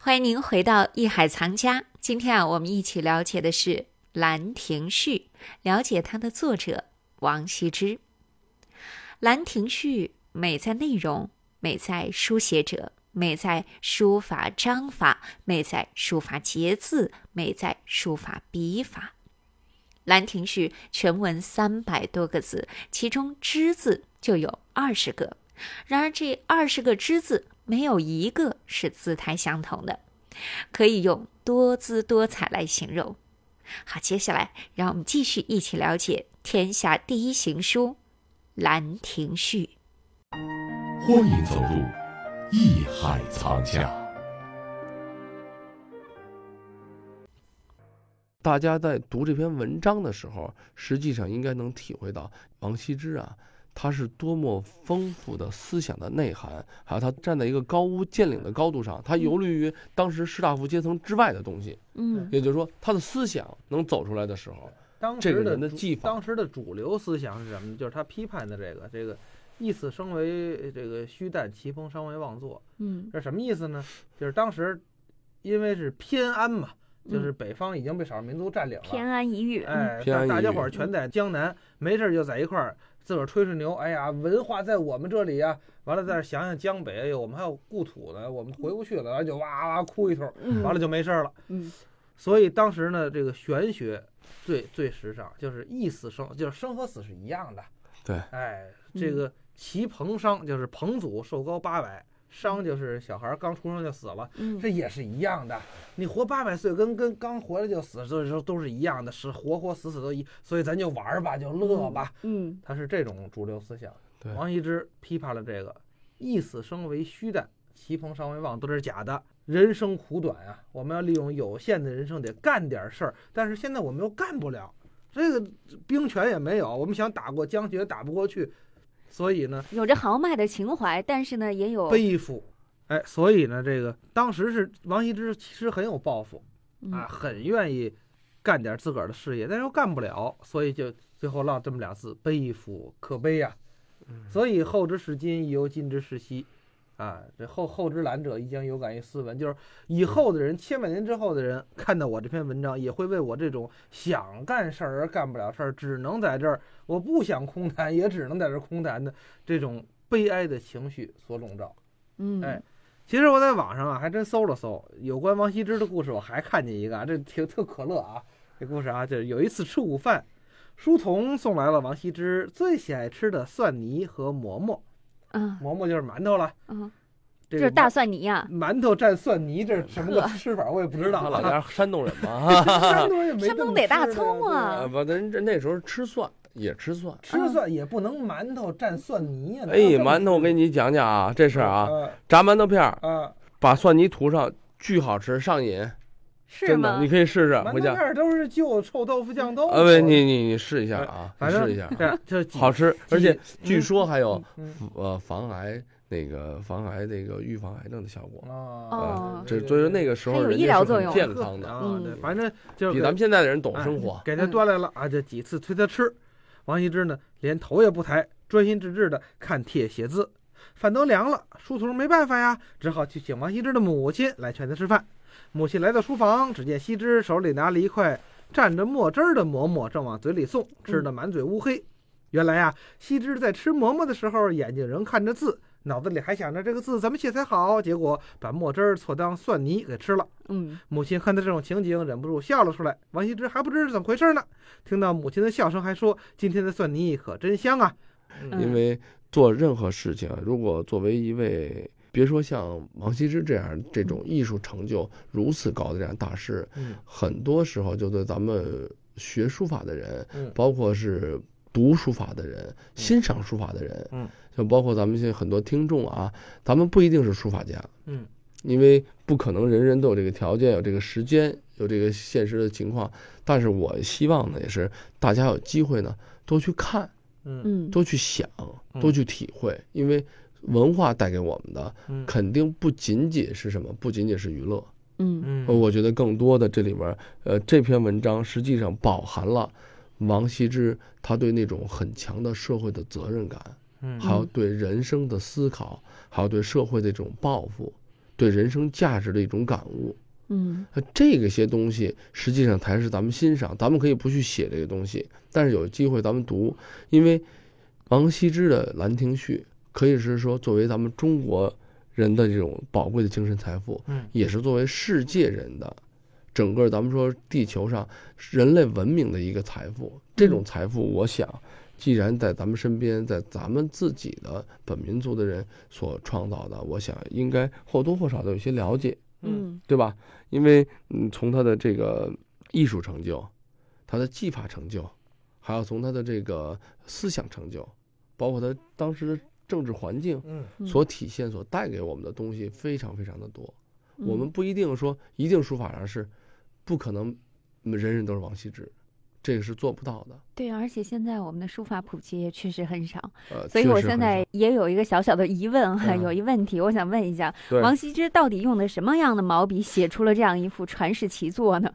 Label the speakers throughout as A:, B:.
A: 欢迎您回到《艺海藏家》。今天啊，我们一起了解的是《兰亭序》，了解它的作者王羲之。《兰亭序》美在内容，美在书写者，美在书法章法，美在书法节字，美在书法笔法。《兰亭序》全文三百多个字，其中“之”字就有二十个。然而，这二十个“之”字没有一个是字态相同的，可以用多姿多彩来形容。好，接下来让我们继续一起了解天下第一行书《兰亭序》。
B: 欢迎走入艺海藏家。
C: 大家在读这篇文章的时候，实际上应该能体会到王羲之啊，他是多么丰富的思想的内涵，还有他站在一个高屋建瓴的高度上，他游离于当时士大夫阶层之外的东西，
A: 嗯
C: 也就是说，他的思想能走出来的时候，
D: 当
C: 这
D: 时
C: 个人的
D: 主
C: 技法
D: 当时的主流思想是什么呢？就是他批判的这个这个“意死生为这个虚诞，其风伤为妄作
A: 嗯”，
D: 这什么意思呢？就是当时因为是偏安嘛，就是
A: 嗯
D: 北方已经被少数民族占领了，
E: 偏安一隅。
D: 哎，
C: 偏
D: 大
C: 安
D: 大
C: 一
D: 家
C: 隅
D: 伙儿全在江南，没事儿就在一块儿自个儿吹吹牛。哎呀，文化在我们这里呀，完了再想想江北，哎呦，我们还有故土呢，我们回不去了，然后就哇哇哭一通，
E: 嗯
D: 完了就没事儿了。
E: 嗯，
D: 所以当时呢，这个玄学最最时尚，就是一死生，就是生和死是一样的。
C: 对，
D: 哎，
A: 嗯
D: 这个齐彭商就是彭祖寿高八百，商就是小孩儿刚出生就死了，
A: 嗯
D: 这也是一样的。你活八百岁跟跟刚回来就死，所以说都是一样的，是活活死死都一。所以咱就玩儿吧，就乐吧。
E: 嗯
D: 他是这种主流思想。
C: 对
D: 王羲之批判了这个“一死生为虚诞，其朋尚为妄”，都是假的。人生苦短啊，我们要利用有限的人生得干点事儿，但是现在我们又干不了，这个兵权也没有，我们想打过江也打不过去，所以呢，
E: 有着豪迈的情怀，但是呢，也有
D: 背负。哎，所以呢，这个当时是王羲之其实很有抱负
E: 嗯
D: 啊，很愿意干点自个儿的事业，但是又干不了，所以就最后落这么俩字：背负，可悲呀、所以后之视今，亦犹今之视昔，啊，这后后之览者，亦将有感于斯文。就是以后的人，千百年之后的人，看到我这篇文章，也会为我这种想干事儿而干不了事儿，只能在这儿，我不想空谈，也只能在这儿空谈的这种悲哀的情绪所笼罩。
A: 嗯
D: 哎其实我在网上啊，还真搜了搜有关王羲之的故事，我还看见一个啊，这挺特可乐啊。这故事啊，就是有一次吃午饭，书童送来了王羲之最喜爱吃的蒜泥和馍馍，
A: 啊
D: 馍馍就是馒头了。
A: 嗯，
D: 这
E: 嗯就
D: 个
E: 是大蒜泥呀、
D: 馒馒头蘸蒜泥，这是什么个吃法？我也不知道
C: 他
D: 啊。
C: 老 家是山东人嘛，
D: 山东人没
E: 山
D: 这
E: 东
D: 么
E: 得大
D: 吃的
E: 葱 啊
C: 啊，不，那那时候吃蒜也吃蒜。
D: 对吃蒜也不能馒头蘸蒜泥啊呀。
C: 哎，馒头，我给
D: 你
C: 你讲讲啊，这事儿
D: 嗯
C: 啊，炸馒头片儿，
D: 啊，
C: 把蒜泥涂上，巨好吃，上瘾，
E: 是
C: 真的，
E: 吗
C: 你？可以试试
D: 啊馒头
C: 回
D: 片
C: 家。
D: 儿都是就臭豆腐酱豆腐。
C: 啊，不，你你你试一下
D: 哎
C: 啊，你
D: 反正
C: 试一下啊，
D: 这这几
C: 好吃，而且据
D: 嗯
C: 说还有
D: 嗯
C: 呃防癌那个防癌那个预防癌症的效果。
D: 啊
E: 哦，
C: 呃这所以说那个时
E: 还
C: 候
E: 有
C: 人
E: 医
C: 家
E: 疗
C: 是
E: 作
C: 很
E: 用
C: 健康的，嗯
D: 啊，对，反正 就是
C: 比咱们现在的人懂生活。
D: 哎给他端来了啊，这几次催他吃，王羲之呢连头也不抬，专心致志的看帖写字。饭都凉了，书童没办法呀，只好去请王羲之的母亲来劝他吃饭。母亲来到书房，只见羲之手里拿了一块蘸着墨汁儿的馍馍，正往嘴里送，吃的满嘴乌黑。原来啊，羲之在吃馍馍的时候，眼睛仍看着字，脑子里还想着这个字怎么写才好，结果把墨汁儿错当蒜泥给吃了。
E: 嗯，
D: 母亲看到这种情景，忍不住笑了出来。王羲之还不知是怎么回事呢，听到母亲的笑声，还说：“今天的蒜泥可真香啊！”
A: 嗯
C: 因为做任何事情，如果作为一位别说像王羲之这样这种艺术成就如此高的这样大师，
D: 嗯
C: 很多时候就对咱们学书法的人，
D: 嗯
C: 包括是读书法的人、欣赏书法的人，
D: 嗯，
C: 就包括咱们现在很多听众啊，咱们不一定是书法家，
D: 嗯，
C: 因为不可能人人都有这个条件、有这个时间、有这个现实的情况，但是我希望呢，也是大家有机会呢，多去看，
D: 嗯
E: 嗯，
C: 多去想，
D: 嗯
C: 多去体会，因为文化带给我们的
D: 嗯
C: 肯定不仅仅是什么，不仅仅是娱乐。
A: 嗯
D: 嗯
C: 呃，我觉得更多的这里面，呃，这篇文章实际上饱含了王羲之他对那种很强的社会的
D: 嗯
C: 责任感，还有对人生的思考，还有对社会的这种抱负，对人生价值的一种感悟。
E: 嗯
C: 呃这个些东西实际上才是咱们欣赏，咱们可以不去写这个东西，但是有机会咱们读，因为王羲之的《兰亭序》可以是说作为咱们中国人的这种宝贵的精神财富，
D: 嗯
C: 也是作为世界人的整个咱们说地球上人类文明的一个财富。这种财富，我想，既然在咱们身边，在咱们自己的本民族的人所创造的，我想应该或多或少的有一些了解。
E: 嗯
C: 对吧？因为嗯，从他的这个艺术成就，他的技法成就，还有从他的这个思想成就，包括他当时的政治环境
D: 嗯
E: 嗯
C: 所体现、所带给我们的东西，非常非常的多。我们
E: 嗯
C: 不一定说一定书法上是，不可能嗯人人都是王羲之，这个是做不到的。
E: 对，而且现在我们的书法普及也确实很少，
C: 呃，
E: 所以
C: 确
E: 我
C: 实
E: 现
C: 很
E: 在
C: 少
E: 也有一个小小的疑问哈，
C: 嗯
E: 有一问题，我想问一下，
C: 对
E: 王羲之到底用的什么样的毛笔写出了这样一幅传世奇作呢？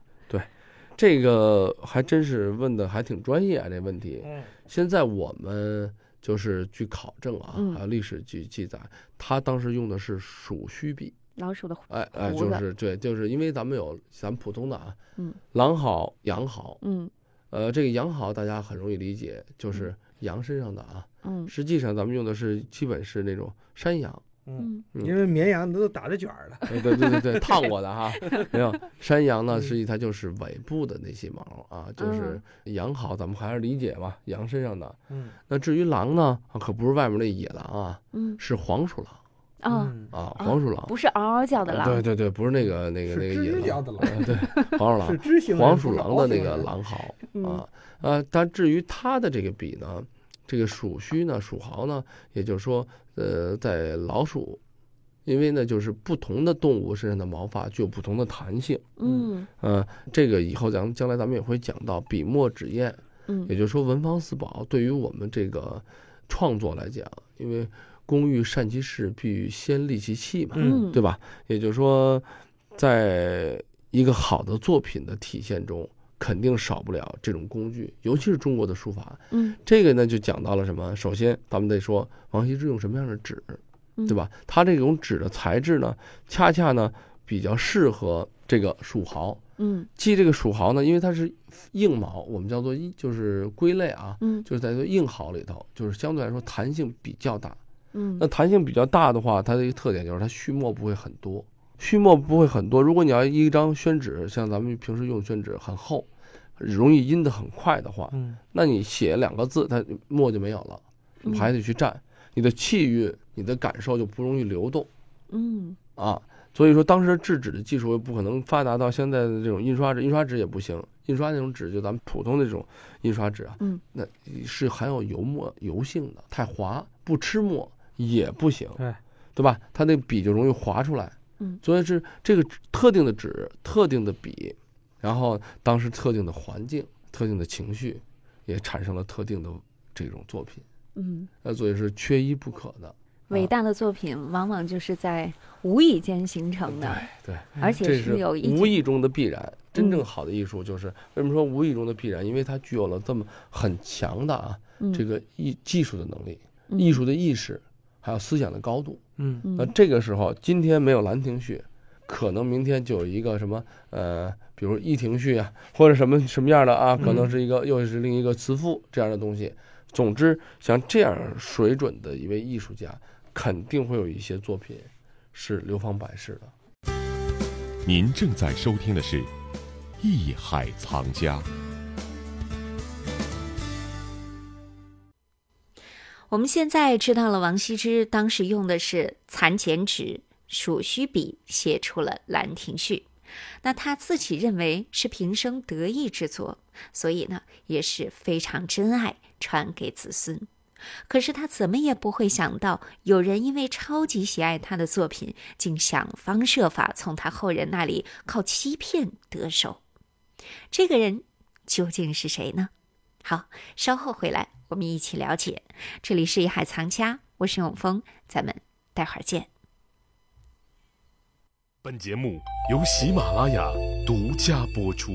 C: 这个还真是问的还挺专业啊，这问题。
D: 嗯
C: 现在我们就是据考证啊，
E: 嗯
C: 还有历史据记载，他当时用的是鼠须笔，
E: 老鼠的虎，
C: 哎哎，
E: 胡
C: 就
E: 子
C: 是对，就是因为咱们有咱们普通的啊，
E: 嗯，
C: 狼毫、羊毫，
E: 嗯
C: 呃，这个羊毫大家很容易理解，就是羊身上的啊，
E: 嗯
C: 实际上咱们用的是基本是那种山羊，
D: 嗯，
E: 嗯
C: 嗯
D: 因为绵羊都打着卷儿的，
C: 哎对对对 对，烫过的哈， 没有山羊呢，
D: 嗯
C: 实际它就是尾部的那些毛啊，
E: 嗯
C: 就是羊毫，咱们还是理解嘛，羊身上的。
D: 嗯
C: 那至于狼呢，啊可不是外面那野狼啊，
E: 嗯
C: 是黄鼠狼。
E: 哦，
D: 嗯
C: 啊，黄鼠狼，
E: 不是嗷嗷叫的
C: 呃
E: 狼
C: 对，对对，不是那个那个
D: 是
C: 那个
D: 知
C: 野
D: 了
C: 狼，
D: 的狼
C: 呃对，黄鼠
D: 是
C: 狼，
D: 知性
C: 黄
D: 人
C: 鼠
D: 不是
C: 狼
D: 敖
C: 的那
D: 姓
C: 个
D: 人
C: 狼毫
E: 嗯
C: 啊啊，但至于它的这个笔呢，这个鼠须呢，鼠毫呢，也就是说，呃，在老鼠，因为呢，就是不同的动物身上的毛发具有不同的弹性，
E: 嗯
C: 呃，这个以后咱们将来咱们也会讲到笔墨纸砚，
E: 嗯
C: 也就是说文房四宝对于我们这个创作来讲，因为工欲善其事，必欲先利其器嘛，
D: 嗯
C: 对吧？也就是说，在一个好的作品的体现中，肯定少不了这种工具，尤其是中国的书法。
E: 嗯
C: 这个呢，就讲到了什么？首先，咱们得说王羲之用什么样的纸，
E: 嗯
C: 对吧？他这种纸的材质呢，恰恰呢比较适合这个蜀毫。
E: 嗯
C: 记这个蜀毫呢，因为它是硬毛，我们叫做硬就是归类啊，
E: 嗯
C: 就是在这硬毫里头，就是相对来说弹性比较大。
E: 嗯
C: 那弹性比较大的话，它的一个特点就是它续墨不会很多，续墨不会很多。如果你要一张宣纸，像咱们平时用宣纸很厚，容易印得很快的话，
D: 嗯
C: 那你写两个字，它墨就没有了，
E: 嗯
C: 还得去蘸，你的气韵、你的感受就不容易流动
E: 嗯
C: 啊。所以说，当时制纸的技术又不可能发达到现在的这种印刷纸，印刷纸也不行，印刷那种纸就咱们普通那种印刷纸啊，
E: 嗯，
C: 那是含有油墨油性的，太滑不吃墨也不行，
D: 对，
C: 对吧？它那笔就容易划出来，
E: 嗯，
C: 所以是这个特定的纸、特定的笔，然后当时特定的环境、特定的情绪，也产生了特定的这种作品，
E: 嗯，
C: 那所以是缺一不可的。
E: 伟
C: 啊
E: 大的作品往往就是在无意间形成的，
C: 对，
E: 而
C: 这
E: 且是有一嗯
C: 无
E: 种
C: 意中的必然。真正好的艺术就是为什么说无意中的必然？因为它具有了这么很强的啊
E: 嗯
C: 这个艺技术的能力、
E: 嗯
C: 艺术的意识，还有思想的高度。
D: 嗯
E: 嗯
C: 那这个时候，今天没有《兰亭序》，可能明天就有一个什么呃，比如《忆亭序》啊，或者什么什么样的啊，可
E: 嗯
C: 能是一个又是另一个词赋这样的东西。总之，像这样水准的一位艺术家，肯定会有一些作品是流芳百世的。
B: 您正在收听的是《艺海藏家》。
A: 我们现在知道了，王羲之当时用的是蚕茧纸、鼠须笔写出了《兰亭序》，那他自己认为是平生得意之作，所以呢也是非常珍爱，传给子孙。可是他怎么也不会想到，有人因为超级喜爱他的作品，竟想方设法从他后人那里靠欺骗得手。这个人究竟是谁呢？好，稍后回来我们一起了解。这里是《艺海藏家》，我是永峰，咱们待会儿见。
B: 本节目由喜马拉雅独家播出。